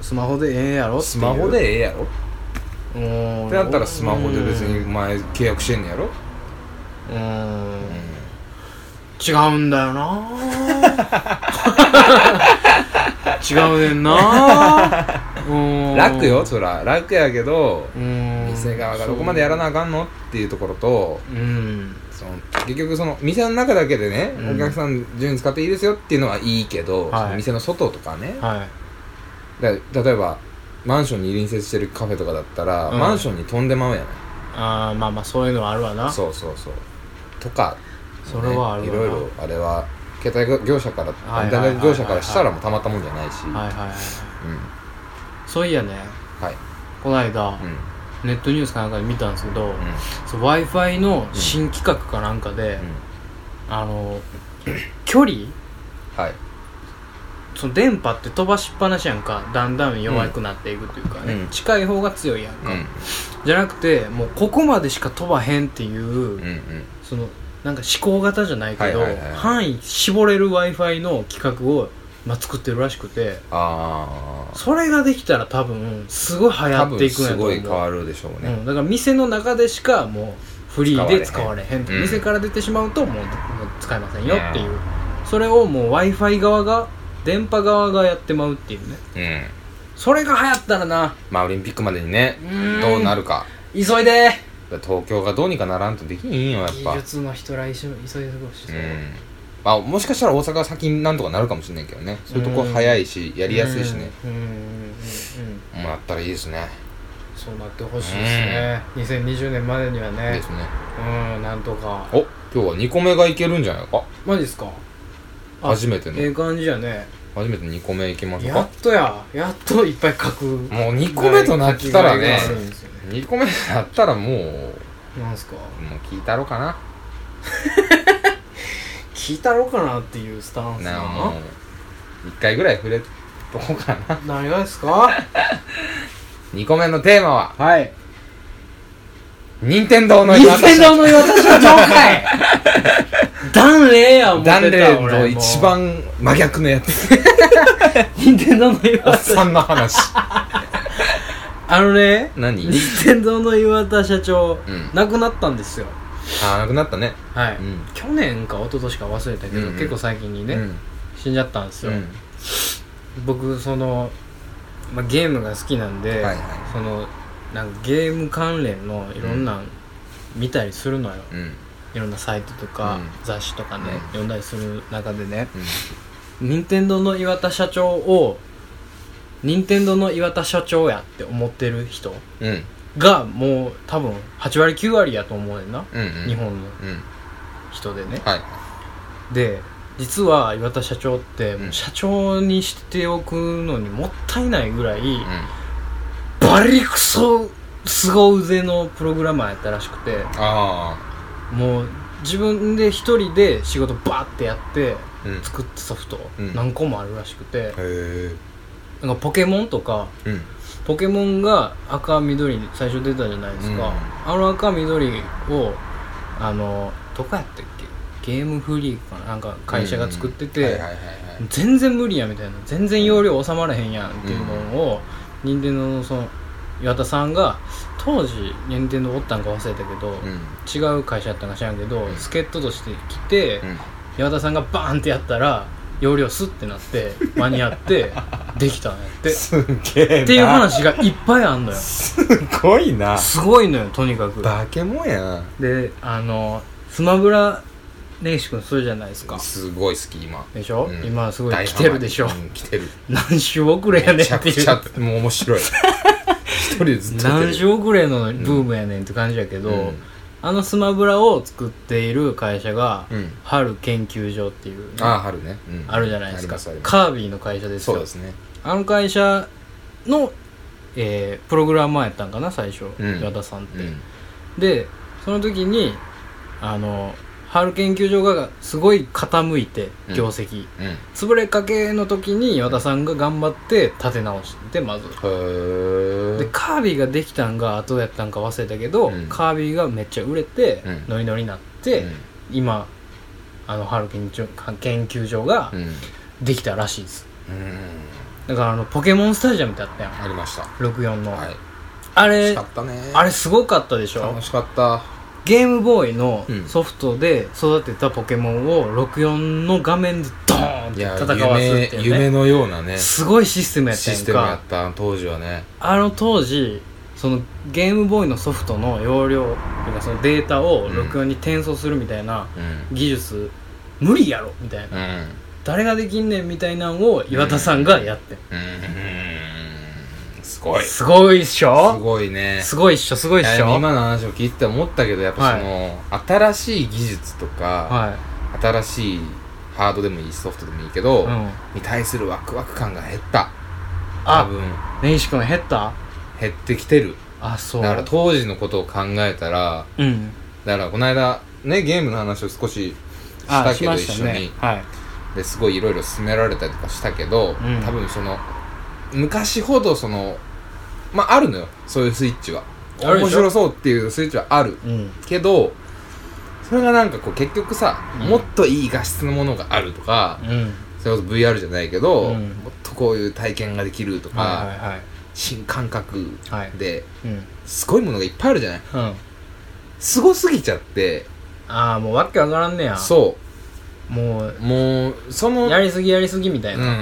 [SPEAKER 2] スマホでええやろっていう
[SPEAKER 1] スマホでええやろっ
[SPEAKER 2] うん
[SPEAKER 1] てなったらスマホで別に前契約してんねやろ
[SPEAKER 2] うん
[SPEAKER 1] うん
[SPEAKER 2] 違うんだよ な違うねんなうん
[SPEAKER 1] 楽よそら楽やけど
[SPEAKER 2] うん
[SPEAKER 1] 店側がどこまでやらなあかんのっていうところと
[SPEAKER 2] うん
[SPEAKER 1] その結局その店の中だけでね、
[SPEAKER 2] うん
[SPEAKER 1] お客さん自由に使っていいですよっていうのはいいけど、
[SPEAKER 2] はい
[SPEAKER 1] その店の外とかね
[SPEAKER 2] はい
[SPEAKER 1] だ例えばマンションに隣接してるカフェとかだったら、
[SPEAKER 2] うん
[SPEAKER 1] マンションに飛んでまうや
[SPEAKER 2] あーまあまあそういうのはあるわ
[SPEAKER 1] な
[SPEAKER 2] な
[SPEAKER 1] そ
[SPEAKER 2] そ
[SPEAKER 1] うそうそうとか、
[SPEAKER 2] れはあるわ
[SPEAKER 1] ねい
[SPEAKER 2] な
[SPEAKER 1] ろいろあれは携帯業者から
[SPEAKER 2] はいはいはいはい
[SPEAKER 1] 携帯業者からしたらもうたまったもんじゃないし、
[SPEAKER 2] はいはいはい
[SPEAKER 1] うん
[SPEAKER 2] そういやね
[SPEAKER 1] はい
[SPEAKER 2] こないだ
[SPEAKER 1] うん
[SPEAKER 2] ネットニュースかなんかで見たんですけど、
[SPEAKER 1] うん
[SPEAKER 2] そう w i f i の新企画かなんかで、
[SPEAKER 1] うん
[SPEAKER 2] あの距離
[SPEAKER 1] はい
[SPEAKER 2] その電波って飛ばしっぱなしやんかだんだん弱くなっていくというかね、
[SPEAKER 1] うん
[SPEAKER 2] 近い方が強いやん
[SPEAKER 1] う
[SPEAKER 2] か、
[SPEAKER 1] ん
[SPEAKER 2] じゃなくてもうここまでしか飛ばへんっていう、
[SPEAKER 1] うんうん
[SPEAKER 2] そのなんか思考型じゃないけど、
[SPEAKER 1] はいはいはいはい
[SPEAKER 2] 範囲絞れる w i f i の企画を、まあ、作ってるらしくて
[SPEAKER 1] ああ
[SPEAKER 2] それができたら多分すごい流
[SPEAKER 1] 多
[SPEAKER 2] 行
[SPEAKER 1] 分
[SPEAKER 2] っていくんや
[SPEAKER 1] す
[SPEAKER 2] と思
[SPEAKER 1] ご
[SPEAKER 2] う
[SPEAKER 1] い変わるでしょう
[SPEAKER 2] う
[SPEAKER 1] ね、
[SPEAKER 2] ん、だから店の中でしかもうフリーで使
[SPEAKER 1] 使
[SPEAKER 2] わ
[SPEAKER 1] わ
[SPEAKER 2] れ
[SPEAKER 1] れ
[SPEAKER 2] へんと
[SPEAKER 1] うん
[SPEAKER 2] 店から出てしまうともうもう使えませんよっていう
[SPEAKER 1] ね
[SPEAKER 2] それをもう w i f i 側が電波側がやってまうっていうね
[SPEAKER 1] うん、
[SPEAKER 2] それが流行ったらな
[SPEAKER 1] まあオリンピックまでにね
[SPEAKER 2] うん
[SPEAKER 1] どうなるか
[SPEAKER 2] 急いで
[SPEAKER 1] 東京がどうにかならんとできんよやっぱ
[SPEAKER 2] 技術の人来週急いでほしい、
[SPEAKER 1] うんまあ、もしかしたら大阪は先になんとかなるかもしれないけどねそういうとこ早いしやりやすいしね
[SPEAKER 2] うんうんうんうん
[SPEAKER 1] もらったらいいですね
[SPEAKER 2] そうなってほしいですね2020年までには
[SPEAKER 1] で
[SPEAKER 2] ね
[SPEAKER 1] すね
[SPEAKER 2] うんなんとか
[SPEAKER 1] お今日は2個目がいけるんじゃないか
[SPEAKER 2] マジっすかあ
[SPEAKER 1] 初めての
[SPEAKER 2] ええ感じやね
[SPEAKER 1] 初めて2個目いきましょう
[SPEAKER 2] や
[SPEAKER 1] か
[SPEAKER 2] っとややっといっぱい書く
[SPEAKER 1] もう2個目となったらね
[SPEAKER 2] 書きがいがあるんですよね
[SPEAKER 1] 2個目となったらもう
[SPEAKER 2] なんすか
[SPEAKER 1] もう聞いたろかな
[SPEAKER 2] 聞いたろうかなっていうスタンスな
[SPEAKER 1] なあ
[SPEAKER 2] の
[SPEAKER 1] もう1回ぐらい触れとこうかな
[SPEAKER 2] 何がですか
[SPEAKER 1] 2個目のテーマは
[SPEAKER 2] はい
[SPEAKER 1] 任天堂の
[SPEAKER 2] 任
[SPEAKER 1] 岩田
[SPEAKER 2] 天堂の私の紹介ダンレイや思ってた
[SPEAKER 1] ダンレー
[SPEAKER 2] 俺
[SPEAKER 1] の
[SPEAKER 2] も
[SPEAKER 1] 一番真逆のや つ
[SPEAKER 2] 任天堂の
[SPEAKER 1] おっ
[SPEAKER 2] 岩
[SPEAKER 1] さんの 話
[SPEAKER 2] あのね
[SPEAKER 1] 何
[SPEAKER 2] 任天堂の岩田社長、
[SPEAKER 1] ん
[SPEAKER 2] 亡くなったんですよ
[SPEAKER 1] ああなくなったね
[SPEAKER 2] はい、
[SPEAKER 1] うん
[SPEAKER 2] 去年か一昨年か忘れたけど、
[SPEAKER 1] うんうん
[SPEAKER 2] 結構最近にね、
[SPEAKER 1] うん
[SPEAKER 2] 死んじゃったんです
[SPEAKER 1] う
[SPEAKER 2] よ、
[SPEAKER 1] ん
[SPEAKER 2] 僕その、まあ、ゲームが好きなんで、
[SPEAKER 1] はいは
[SPEAKER 2] そのなんかゲーム関連のいろんなん見たりするのよ、
[SPEAKER 1] うん
[SPEAKER 2] いろんなサイトとか、
[SPEAKER 1] うん
[SPEAKER 2] 雑誌とかね、
[SPEAKER 1] うん
[SPEAKER 2] 読んだりする中でね
[SPEAKER 1] うん
[SPEAKER 2] 任天堂の岩田社長を任天堂の岩田社長やって思ってる人
[SPEAKER 1] うん
[SPEAKER 2] がもう多分8割9割やと思うねんな、
[SPEAKER 1] うんうん
[SPEAKER 2] 日本の
[SPEAKER 1] うん
[SPEAKER 2] 人でね
[SPEAKER 1] はい
[SPEAKER 2] で実は岩田社長って
[SPEAKER 1] うん
[SPEAKER 2] 社長にしておくのにもったいないぐらい、
[SPEAKER 1] うん
[SPEAKER 2] バリクソ凄腕のプログラマーやったらしくて
[SPEAKER 1] あ
[SPEAKER 2] もう自分で一人で仕事バーってやって
[SPEAKER 1] あうんへ
[SPEAKER 2] 作ったソフト
[SPEAKER 1] うん
[SPEAKER 2] 何個もあるらしくて、
[SPEAKER 1] え
[SPEAKER 2] なんかポケモンとか
[SPEAKER 1] うん
[SPEAKER 2] ポケモンが赤緑に最初出たじゃないですか、
[SPEAKER 1] う
[SPEAKER 2] あの赤緑をあのどこやったっけゲームフリークかななんか会社が作ってて、
[SPEAKER 1] うんはいはいはいはい
[SPEAKER 2] 全然無理やみたいな全然容量収まらへんやんっていうのを任天堂のその岩田さんが当時任天堂おったんか忘れたけど、
[SPEAKER 1] うん
[SPEAKER 2] 違う会社やったんか知らんけど、
[SPEAKER 1] うん
[SPEAKER 2] 助っ人として来て、
[SPEAKER 1] うん
[SPEAKER 2] 岩田さんがバーンってやったら容量スッてなって 間に合ってできたんやってっ
[SPEAKER 1] すげえな
[SPEAKER 2] ていう話がいっぱいあんのよ
[SPEAKER 1] すごい な
[SPEAKER 2] すごいのよとにかく
[SPEAKER 1] 化け物やな
[SPEAKER 2] であのスマブラ根岸君するじゃないですか
[SPEAKER 1] すごい好き今
[SPEAKER 2] でしょ、
[SPEAKER 1] うん
[SPEAKER 2] 今すごい来てるでしょ
[SPEAKER 1] 大ハマりうん来てる
[SPEAKER 2] 何週遅れやねん
[SPEAKER 1] め
[SPEAKER 2] っ
[SPEAKER 1] ちゃ
[SPEAKER 2] て
[SPEAKER 1] く
[SPEAKER 2] いう
[SPEAKER 1] ちゃもう面 白い一人でずっと
[SPEAKER 2] 何
[SPEAKER 1] 億
[SPEAKER 2] 十億例のブームやねんって感じやけど、あのスマブラを作っている会社が、
[SPEAKER 1] うん
[SPEAKER 2] 春研究所っていうね、
[SPEAKER 1] ああ春ねうん
[SPEAKER 2] あるじゃないです
[SPEAKER 1] あり
[SPEAKER 2] か
[SPEAKER 1] ますあります
[SPEAKER 2] カービィの会社です
[SPEAKER 1] そう
[SPEAKER 2] よ
[SPEAKER 1] ですね
[SPEAKER 2] あの会社の、えープログラマーやったんかな最初、
[SPEAKER 1] うん
[SPEAKER 2] 岩田さんって、
[SPEAKER 1] うん
[SPEAKER 2] でその時にあの春研究所がすごい傾いて
[SPEAKER 1] うん
[SPEAKER 2] 業績、
[SPEAKER 1] うんへ
[SPEAKER 2] 潰れかけの時に岩田さんが頑張って立て直してまずで
[SPEAKER 1] ー
[SPEAKER 2] カービィができたんが後やったんか忘れたけど、
[SPEAKER 1] うん
[SPEAKER 2] カービィがめっちゃ売れて、
[SPEAKER 1] うん
[SPEAKER 2] ノリノリになって、今あのハル研究所研究所が
[SPEAKER 1] うんうん
[SPEAKER 2] できたらしいです
[SPEAKER 1] うん
[SPEAKER 2] だからあのポケモンスタジアムってあったやん
[SPEAKER 1] ありました
[SPEAKER 2] 64の、
[SPEAKER 1] はい
[SPEAKER 2] あ
[SPEAKER 1] 楽し
[SPEAKER 2] れ
[SPEAKER 1] かったね
[SPEAKER 2] あれすごかったでしょ
[SPEAKER 1] 楽しかった
[SPEAKER 2] ゲームボーイの
[SPEAKER 1] うん
[SPEAKER 2] ソフトで育てたポケモンを64の画面でドーンっ
[SPEAKER 1] い
[SPEAKER 2] て
[SPEAKER 1] や
[SPEAKER 2] 戦わすっ
[SPEAKER 1] 夢
[SPEAKER 2] ていうね
[SPEAKER 1] 夢のようなね
[SPEAKER 2] すごいシステムやった
[SPEAKER 1] シ
[SPEAKER 2] やん
[SPEAKER 1] ステムや
[SPEAKER 2] か
[SPEAKER 1] った当時はね
[SPEAKER 2] あの当時そのゲームボーイのソフトの容量というかそのデータを64に転送するみたいな
[SPEAKER 1] うん
[SPEAKER 2] 技術、無理やろみたいな、
[SPEAKER 1] うん
[SPEAKER 2] 誰ができんねんみたいなんを岩田さんがやってん、
[SPEAKER 1] うんすごいす
[SPEAKER 2] すごいっしょ
[SPEAKER 1] ごいね
[SPEAKER 2] すごいっしょすごいっ
[SPEAKER 1] いや
[SPEAKER 2] し
[SPEAKER 1] でも
[SPEAKER 2] ょ
[SPEAKER 1] 今の話を聞いてて思ったけどやっぱその、新しい技術とか、
[SPEAKER 2] は
[SPEAKER 1] 新しいハードでもいいソフトでもいいけど、
[SPEAKER 2] い、うん、
[SPEAKER 1] に対するワクワク感が減った多
[SPEAKER 2] あ
[SPEAKER 1] 分
[SPEAKER 2] 根岸君減った
[SPEAKER 1] 減ってきてる
[SPEAKER 2] あそう
[SPEAKER 1] だから当時のことを考えたら
[SPEAKER 2] うん
[SPEAKER 1] だからこの間ねゲームの話を少しした
[SPEAKER 2] あ
[SPEAKER 1] け
[SPEAKER 2] し
[SPEAKER 1] ど
[SPEAKER 2] ま
[SPEAKER 1] 一
[SPEAKER 2] し
[SPEAKER 1] 緒
[SPEAKER 2] たね
[SPEAKER 1] に
[SPEAKER 2] はい
[SPEAKER 1] ですごいいろいろ勧められたりとかしたけど、
[SPEAKER 2] ん
[SPEAKER 1] 多分その昔ほどそのまああるのよそういうスイッチは
[SPEAKER 2] あるでしょ
[SPEAKER 1] 面白そうっていうスイッチはある
[SPEAKER 2] うん
[SPEAKER 1] けどそれがなんかこう結局さ、
[SPEAKER 2] うん
[SPEAKER 1] もっといい画質のものがあるとか、
[SPEAKER 2] うん
[SPEAKER 1] それこそ VR じゃないけど、
[SPEAKER 2] うん
[SPEAKER 1] もっとこういう体験ができるとか、
[SPEAKER 2] はいはいはい
[SPEAKER 1] 新感覚
[SPEAKER 2] はい
[SPEAKER 1] で
[SPEAKER 2] うん
[SPEAKER 1] すごいものがいっぱいあるじゃない
[SPEAKER 2] うん
[SPEAKER 1] すごすぎちゃって
[SPEAKER 2] ああもうわけわからんねや
[SPEAKER 1] そ
[SPEAKER 2] もう
[SPEAKER 1] うもうその
[SPEAKER 2] やりすぎやりすぎみた
[SPEAKER 1] う
[SPEAKER 2] い
[SPEAKER 1] ん
[SPEAKER 2] な、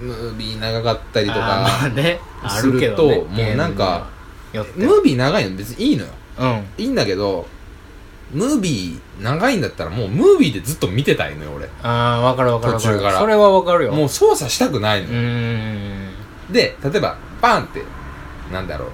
[SPEAKER 1] ムービー長かったりと
[SPEAKER 2] あーまあ
[SPEAKER 1] か
[SPEAKER 2] ねあ
[SPEAKER 1] す
[SPEAKER 2] るけ
[SPEAKER 1] る
[SPEAKER 2] ど
[SPEAKER 1] と
[SPEAKER 2] ね
[SPEAKER 1] もうなんか
[SPEAKER 2] ゲームにはよって
[SPEAKER 1] ムービー長いの別にいいのよ
[SPEAKER 2] うん
[SPEAKER 1] いいんだけどムービー長いんだったらもうムービーでずっと見てたいのよ俺
[SPEAKER 2] ああ分かる分かる分かる
[SPEAKER 1] 途中から
[SPEAKER 2] それは分かるよ
[SPEAKER 1] もう操作したくないうの、
[SPEAKER 2] ーん
[SPEAKER 1] で例えばバーンってなんだろ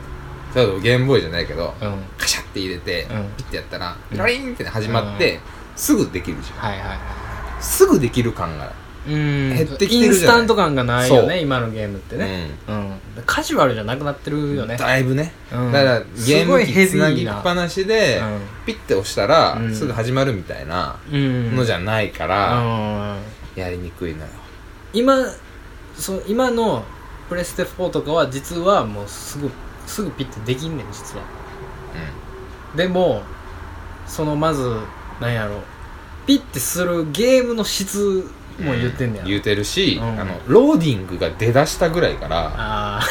[SPEAKER 1] う例えばゲームボーイじゃないけど
[SPEAKER 2] うん
[SPEAKER 1] カシャって入れて、
[SPEAKER 2] うん
[SPEAKER 1] ピッてやったら
[SPEAKER 2] うん
[SPEAKER 1] ピロリンって始まって、すぐできるじゃ
[SPEAKER 2] はいはいは
[SPEAKER 1] んすぐできる感が
[SPEAKER 2] いうん
[SPEAKER 1] 減ってきてる
[SPEAKER 2] イン
[SPEAKER 1] じ
[SPEAKER 2] ス
[SPEAKER 1] ゃない
[SPEAKER 2] タント感がないよ
[SPEAKER 1] そう
[SPEAKER 2] ね今のゲームってねうんカジュアルじゃなくなってるよね
[SPEAKER 1] だいぶね、
[SPEAKER 2] うん
[SPEAKER 1] だからゲーム機つ
[SPEAKER 2] すご
[SPEAKER 1] ない
[SPEAKER 2] ヘビ
[SPEAKER 1] ぎ
[SPEAKER 2] ー
[SPEAKER 1] っ
[SPEAKER 2] な
[SPEAKER 1] ぱなしで、ピッて押したら、
[SPEAKER 2] うん
[SPEAKER 1] すぐ始まるみたいな
[SPEAKER 2] うん
[SPEAKER 1] のじゃないから、
[SPEAKER 2] うん
[SPEAKER 1] やりにくいのよ
[SPEAKER 2] 今そう今のプレステ4とかは実はもうすぐすぐピッてできんねん実はでもそのまずなんやろうピッてするゲームの質
[SPEAKER 1] うん
[SPEAKER 2] も言ってんねや、
[SPEAKER 1] 言うてるし、
[SPEAKER 2] うん
[SPEAKER 1] あのローディングが出だしたぐらいから
[SPEAKER 2] ああ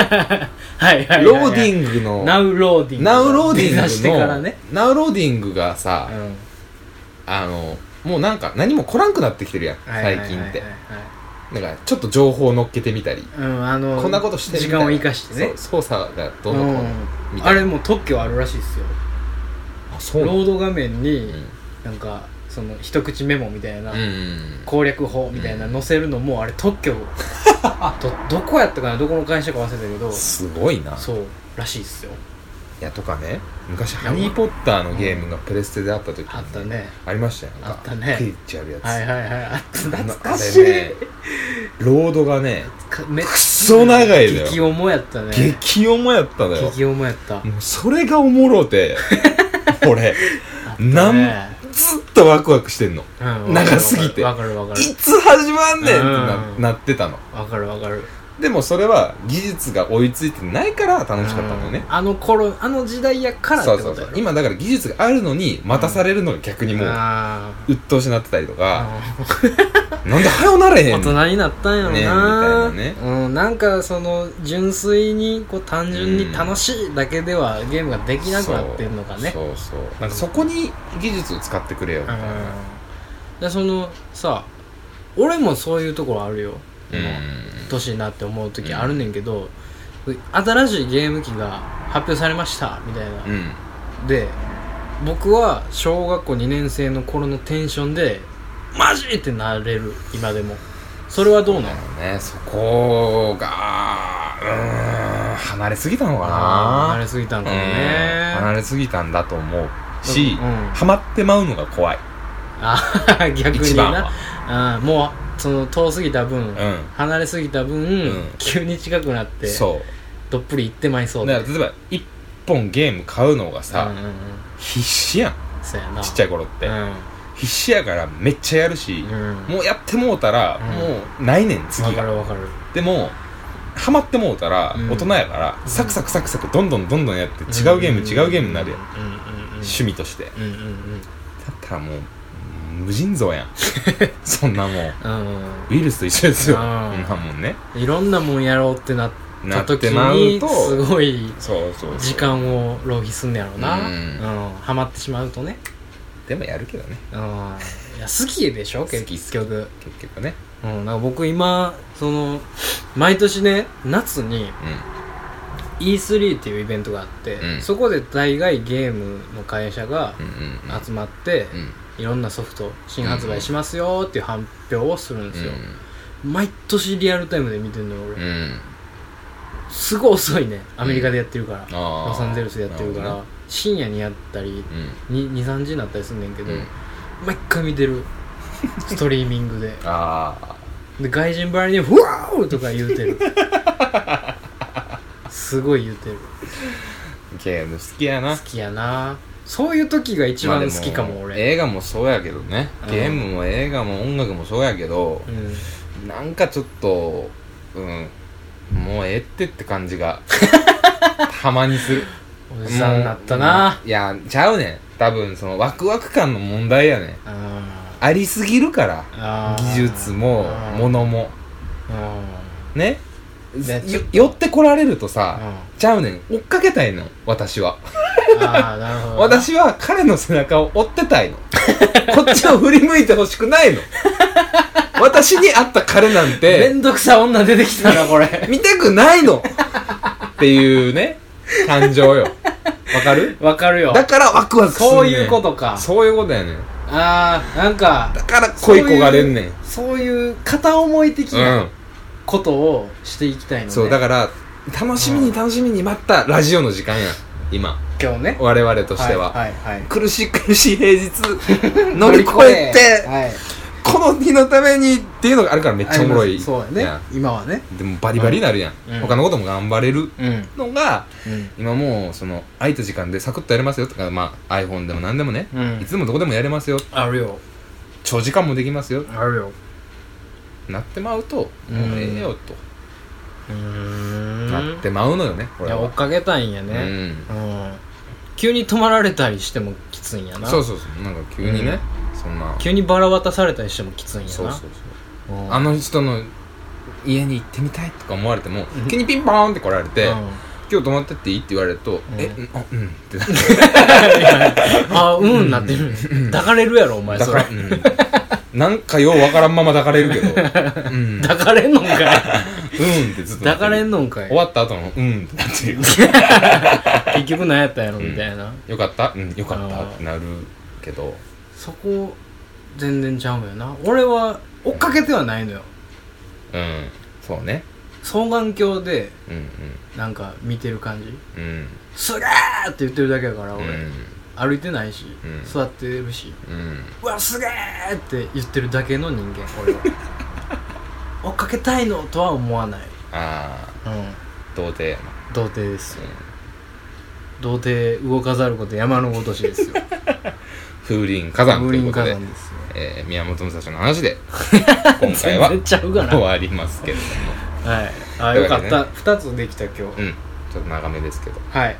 [SPEAKER 2] はいはいはい、
[SPEAKER 1] ローデ
[SPEAKER 2] ン
[SPEAKER 1] ィングの
[SPEAKER 2] ナウローディング
[SPEAKER 1] ナウローディング
[SPEAKER 2] 出してから
[SPEAKER 1] の、
[SPEAKER 2] ね
[SPEAKER 1] ナウローディングが
[SPEAKER 2] う
[SPEAKER 1] さ、
[SPEAKER 2] ん
[SPEAKER 1] あのもうなんか何も来らんくなってきてるやん最近って
[SPEAKER 2] はいはいはいはい
[SPEAKER 1] だからちょっと情報を乗っけてみたり
[SPEAKER 2] うんあの
[SPEAKER 1] こんなことしてる
[SPEAKER 2] 時
[SPEAKER 1] みたい
[SPEAKER 2] 間
[SPEAKER 1] な
[SPEAKER 2] を生かしてね
[SPEAKER 1] そう操作がどうのこうのみ
[SPEAKER 2] ん、
[SPEAKER 1] た
[SPEAKER 2] あ
[SPEAKER 1] いな
[SPEAKER 2] れもう特許あるらしいですよ
[SPEAKER 1] あそ
[SPEAKER 2] ロ
[SPEAKER 1] うなの
[SPEAKER 2] ード画面
[SPEAKER 1] う
[SPEAKER 2] に
[SPEAKER 1] ん
[SPEAKER 2] なんかその一口メモみたいな、
[SPEAKER 1] うん
[SPEAKER 2] 攻略法みたいな載せるのもあれ特 許どどこやったかなどこの会社か忘れたけど
[SPEAKER 1] すごいな
[SPEAKER 2] そうらしいっすよ
[SPEAKER 1] いやとかね昔「
[SPEAKER 2] や
[SPEAKER 1] ハリー・ポッター」のゲームがプレステであった時に
[SPEAKER 2] あったね
[SPEAKER 1] ありましたよなんか
[SPEAKER 2] あったね
[SPEAKER 1] クイッチやるやつ
[SPEAKER 2] はいはいはいあった
[SPEAKER 1] あの
[SPEAKER 2] 懐
[SPEAKER 1] あ
[SPEAKER 2] かしい、
[SPEAKER 1] れねロードがね
[SPEAKER 2] かめっ
[SPEAKER 1] クソ長いのよ
[SPEAKER 2] 激重やったね
[SPEAKER 1] 激重やったのよ
[SPEAKER 2] 激重やった
[SPEAKER 1] もうそれがおもろ て俺
[SPEAKER 2] あった
[SPEAKER 1] なんずっとワクワクしてんのい
[SPEAKER 2] うん
[SPEAKER 1] 長すぎて
[SPEAKER 2] わかるわかる
[SPEAKER 1] つ始まんねんってな
[SPEAKER 2] うん
[SPEAKER 1] なってたの
[SPEAKER 2] わかるわかる
[SPEAKER 1] でもそれは技術が追いついてないから楽しかったのよね
[SPEAKER 2] うんあの頃あの時代やからって
[SPEAKER 1] そう
[SPEAKER 2] こと
[SPEAKER 1] そうそう
[SPEAKER 2] やろ
[SPEAKER 1] 今だから技術があるのに待たされるのが逆にもう
[SPEAKER 2] あ
[SPEAKER 1] 鬱陶しなってたりと
[SPEAKER 2] ー
[SPEAKER 1] か
[SPEAKER 2] あの
[SPEAKER 1] なんで早うなれへ
[SPEAKER 2] 大
[SPEAKER 1] んの
[SPEAKER 2] 人になったんやろな、
[SPEAKER 1] ねみた
[SPEAKER 2] うん、なんかその純粋にこう単純
[SPEAKER 1] うん
[SPEAKER 2] に楽しいだけではゲームができなくなってんのかねう
[SPEAKER 1] そうそうそうなんかそこに技術を使ってくれよみたいな
[SPEAKER 2] うんでそのさ俺もそういうところあるよ、
[SPEAKER 1] うん
[SPEAKER 2] 年になって思う時あるねんけど、新しいゲーム機が発表されましたみたいな、
[SPEAKER 1] うん
[SPEAKER 2] で僕は小学校2年生の頃のテンションでマジってなれる今でもそれはどうなの
[SPEAKER 1] ねそこがうーん離れすぎたのかな
[SPEAKER 2] 離れすぎたんだよ
[SPEAKER 1] うん離
[SPEAKER 2] ね
[SPEAKER 1] れすぎたんだと思うし、
[SPEAKER 2] うん
[SPEAKER 1] ハマってまうのが怖い
[SPEAKER 2] あ逆
[SPEAKER 1] 一
[SPEAKER 2] に
[SPEAKER 1] 番
[SPEAKER 2] な
[SPEAKER 1] は
[SPEAKER 2] あーもうその遠すぎた分、
[SPEAKER 1] うん
[SPEAKER 2] 離れすぎた分、
[SPEAKER 1] ん
[SPEAKER 2] 急に近くなって
[SPEAKER 1] そ
[SPEAKER 2] どっぷり行ってまいそうう
[SPEAKER 1] だから例えば一本ゲーム買うのがさ、
[SPEAKER 2] うんうんうん、
[SPEAKER 1] 必死やん
[SPEAKER 2] そうやな
[SPEAKER 1] ちっちゃい頃って、必死やからめっちゃやるし
[SPEAKER 2] うん、、うん、
[SPEAKER 1] もうやってもうたら、
[SPEAKER 2] うん
[SPEAKER 1] もうないねん次
[SPEAKER 2] わか
[SPEAKER 1] が
[SPEAKER 2] るわかる
[SPEAKER 1] でもハマってもうたら、
[SPEAKER 2] うん
[SPEAKER 1] 大人やから
[SPEAKER 2] ん
[SPEAKER 1] サクサクサクサクどんどんどんどんやって違うゲーム、
[SPEAKER 2] ん
[SPEAKER 1] 違うゲームになるやん、
[SPEAKER 2] うんうんうん
[SPEAKER 1] 趣味としてだ
[SPEAKER 2] うんうんうん
[SPEAKER 1] ったらもう無尽蔵 やんそんなもん
[SPEAKER 2] うん
[SPEAKER 1] ウイルスと一緒ですよそん
[SPEAKER 2] あー
[SPEAKER 1] なもんね
[SPEAKER 2] うんいろんなもんやろうってなっ
[SPEAKER 1] な
[SPEAKER 2] た
[SPEAKER 1] っ
[SPEAKER 2] 時
[SPEAKER 1] てまう
[SPEAKER 2] に
[SPEAKER 1] と
[SPEAKER 2] すごい
[SPEAKER 1] そうそうそう
[SPEAKER 2] 時間を浪費すんねやろうな
[SPEAKER 1] うん
[SPEAKER 2] うんハマってしまうとね
[SPEAKER 1] でもやるけどね
[SPEAKER 2] うんいや好きでしょ
[SPEAKER 1] 好き
[SPEAKER 2] 結局
[SPEAKER 1] 結局ね
[SPEAKER 2] うんなんか僕今その毎年ね夏に
[SPEAKER 1] う
[SPEAKER 2] E3 っていうイベントがあって、
[SPEAKER 1] うん
[SPEAKER 2] そこで大概ゲームの会社が
[SPEAKER 1] んうんうんうん
[SPEAKER 2] 集まって、
[SPEAKER 1] うん
[SPEAKER 2] いろんなソフト新発売しますよっていう発表をするんですよ、毎年リアルタイムで見てんのよ俺、
[SPEAKER 1] うんうん
[SPEAKER 2] すごい遅いねアメリカでやってるから、
[SPEAKER 1] あー
[SPEAKER 2] ロサンゼルスでやってるか
[SPEAKER 1] な
[SPEAKER 2] ら
[SPEAKER 1] ほ
[SPEAKER 2] 深夜にやったり
[SPEAKER 1] どね
[SPEAKER 2] 23時になったりすんねんけ
[SPEAKER 1] うん
[SPEAKER 2] ど、
[SPEAKER 1] うん
[SPEAKER 2] 毎回見てるストリーミングで
[SPEAKER 1] ああ
[SPEAKER 2] で外人ばりに「フワー!」とか言うて るすごい言うてる
[SPEAKER 1] ゲーム好きやな
[SPEAKER 2] 好きやなそういう時が一
[SPEAKER 1] まあ
[SPEAKER 2] 番
[SPEAKER 1] で
[SPEAKER 2] 好きかも俺、
[SPEAKER 1] 映画もそうやけどね
[SPEAKER 2] うん
[SPEAKER 1] ゲームも映画も音楽もそうやけど、
[SPEAKER 2] うん
[SPEAKER 1] なんかちょっとうんもうええってって感じ がたまにする
[SPEAKER 2] おじさんになったな
[SPEAKER 1] もういやちゃうねん多分そのワクワク感の問題やねん
[SPEAKER 2] あ
[SPEAKER 1] ありすぎるから
[SPEAKER 2] あー
[SPEAKER 1] 技術も
[SPEAKER 2] あー
[SPEAKER 1] 物も
[SPEAKER 2] うん
[SPEAKER 1] ね
[SPEAKER 2] ねちょ
[SPEAKER 1] よ寄ってこられるとさ
[SPEAKER 2] あ
[SPEAKER 1] ちゃうねん追っかけたいの私は
[SPEAKER 2] あーなるほどな
[SPEAKER 1] 私は彼の背中を追ってたいのこっちを振り向いてほしく ないの私に会った彼なん
[SPEAKER 2] め
[SPEAKER 1] て
[SPEAKER 2] んどくさ女出 てきたなこれ
[SPEAKER 1] 見たくないのっていうね感情よわかる
[SPEAKER 2] わかるよ
[SPEAKER 1] だからワクワクすんねん
[SPEAKER 2] そういうことか
[SPEAKER 1] そういうことやねん
[SPEAKER 2] ああなんか
[SPEAKER 1] だから恋焦がれんねん
[SPEAKER 2] そういう片思い的
[SPEAKER 1] うん
[SPEAKER 2] なことをしていきたいのね、
[SPEAKER 1] そうだから楽しみ
[SPEAKER 2] う
[SPEAKER 1] に
[SPEAKER 2] ん
[SPEAKER 1] 楽しみに待ったラジオの時間や今
[SPEAKER 2] 今日ね
[SPEAKER 1] 我々としては、
[SPEAKER 2] はいはい、はい、
[SPEAKER 1] 苦しい苦しい平 日乗り越えて
[SPEAKER 2] はい、
[SPEAKER 1] この日のためにっていうのがあるからめっちゃおもろい
[SPEAKER 2] そうやね
[SPEAKER 1] や
[SPEAKER 2] 今はね
[SPEAKER 1] んでもバリバリになるやん、
[SPEAKER 2] うん
[SPEAKER 1] 他のことも頑張れる
[SPEAKER 2] うんうん
[SPEAKER 1] のが今もうその空いた時間でサクッとやれますよとか、まあ、iPhone でも何でもね、
[SPEAKER 2] うん
[SPEAKER 1] いつでもどこでもやれますよ
[SPEAKER 2] あるよ
[SPEAKER 1] 長時間もできますよ
[SPEAKER 2] あるよ
[SPEAKER 1] なってまうと、
[SPEAKER 2] うん
[SPEAKER 1] もうええよと、
[SPEAKER 2] うーん
[SPEAKER 1] なってまうのよねこ
[SPEAKER 2] い
[SPEAKER 1] れ
[SPEAKER 2] や追
[SPEAKER 1] は
[SPEAKER 2] っかけたいんやねうん、急に止まられたりしてもきついんや
[SPEAKER 1] うん、
[SPEAKER 2] な
[SPEAKER 1] そうそうそうなんか急にね、そんな
[SPEAKER 2] 急にバラ渡されたりしてもきついんやな
[SPEAKER 1] そうそうそう
[SPEAKER 2] うん
[SPEAKER 1] あの人の家に行ってみたいとか思われても
[SPEAKER 2] ん
[SPEAKER 1] 急にピンポーンって来られて、
[SPEAKER 2] うん
[SPEAKER 1] 今日泊まってっていいって言われると、えうんあうんってなる
[SPEAKER 2] あうんなってる抱かれるやろお前
[SPEAKER 1] だ
[SPEAKER 2] そ
[SPEAKER 1] から
[SPEAKER 2] れ
[SPEAKER 1] うんなんかようわからんまま抱かれるけどうんうん
[SPEAKER 2] 抱かれんのんかい
[SPEAKER 1] ってずっとなっ
[SPEAKER 2] 抱
[SPEAKER 1] て
[SPEAKER 2] かれ
[SPEAKER 1] る
[SPEAKER 2] んのんかい
[SPEAKER 1] 終わった後のうんってなってる
[SPEAKER 2] 結局何やったんやろみたいな、
[SPEAKER 1] よかったうんよかっ
[SPEAKER 2] あ
[SPEAKER 1] た
[SPEAKER 2] ー
[SPEAKER 1] ってなるけど
[SPEAKER 2] そこ全然ちゃうよな俺は追っかけてはないのよ
[SPEAKER 1] うんそうね
[SPEAKER 2] 双眼鏡で
[SPEAKER 1] うん
[SPEAKER 2] なんか見てる感じ
[SPEAKER 1] うんうん
[SPEAKER 2] すげーって言ってるだけやから
[SPEAKER 1] う
[SPEAKER 2] 俺、
[SPEAKER 1] ん
[SPEAKER 2] 歩いてないし、
[SPEAKER 1] うん
[SPEAKER 2] 座ってるし
[SPEAKER 1] うん
[SPEAKER 2] うわすげーって言ってるだけの人間 俺は追っかけたいのとは思わない
[SPEAKER 1] ああ
[SPEAKER 2] うん
[SPEAKER 1] 童貞やな
[SPEAKER 2] 童貞ですよ、童貞動かざること山のごとしですよ
[SPEAKER 1] 風林 火山ということで
[SPEAKER 2] 風林火山ですよ
[SPEAKER 1] えー宮本武蔵の話 で今回は
[SPEAKER 2] 全然ちゃうがな
[SPEAKER 1] 終わりますけれども
[SPEAKER 2] はいあ
[SPEAKER 1] とい
[SPEAKER 2] よ
[SPEAKER 1] うわ
[SPEAKER 2] か
[SPEAKER 1] け
[SPEAKER 2] っ
[SPEAKER 1] でね
[SPEAKER 2] た2つできた今日、
[SPEAKER 1] うんちょっと長めですけど
[SPEAKER 2] はい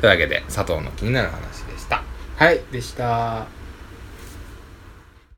[SPEAKER 1] というわけで佐藤の気になる話でした
[SPEAKER 2] はいでした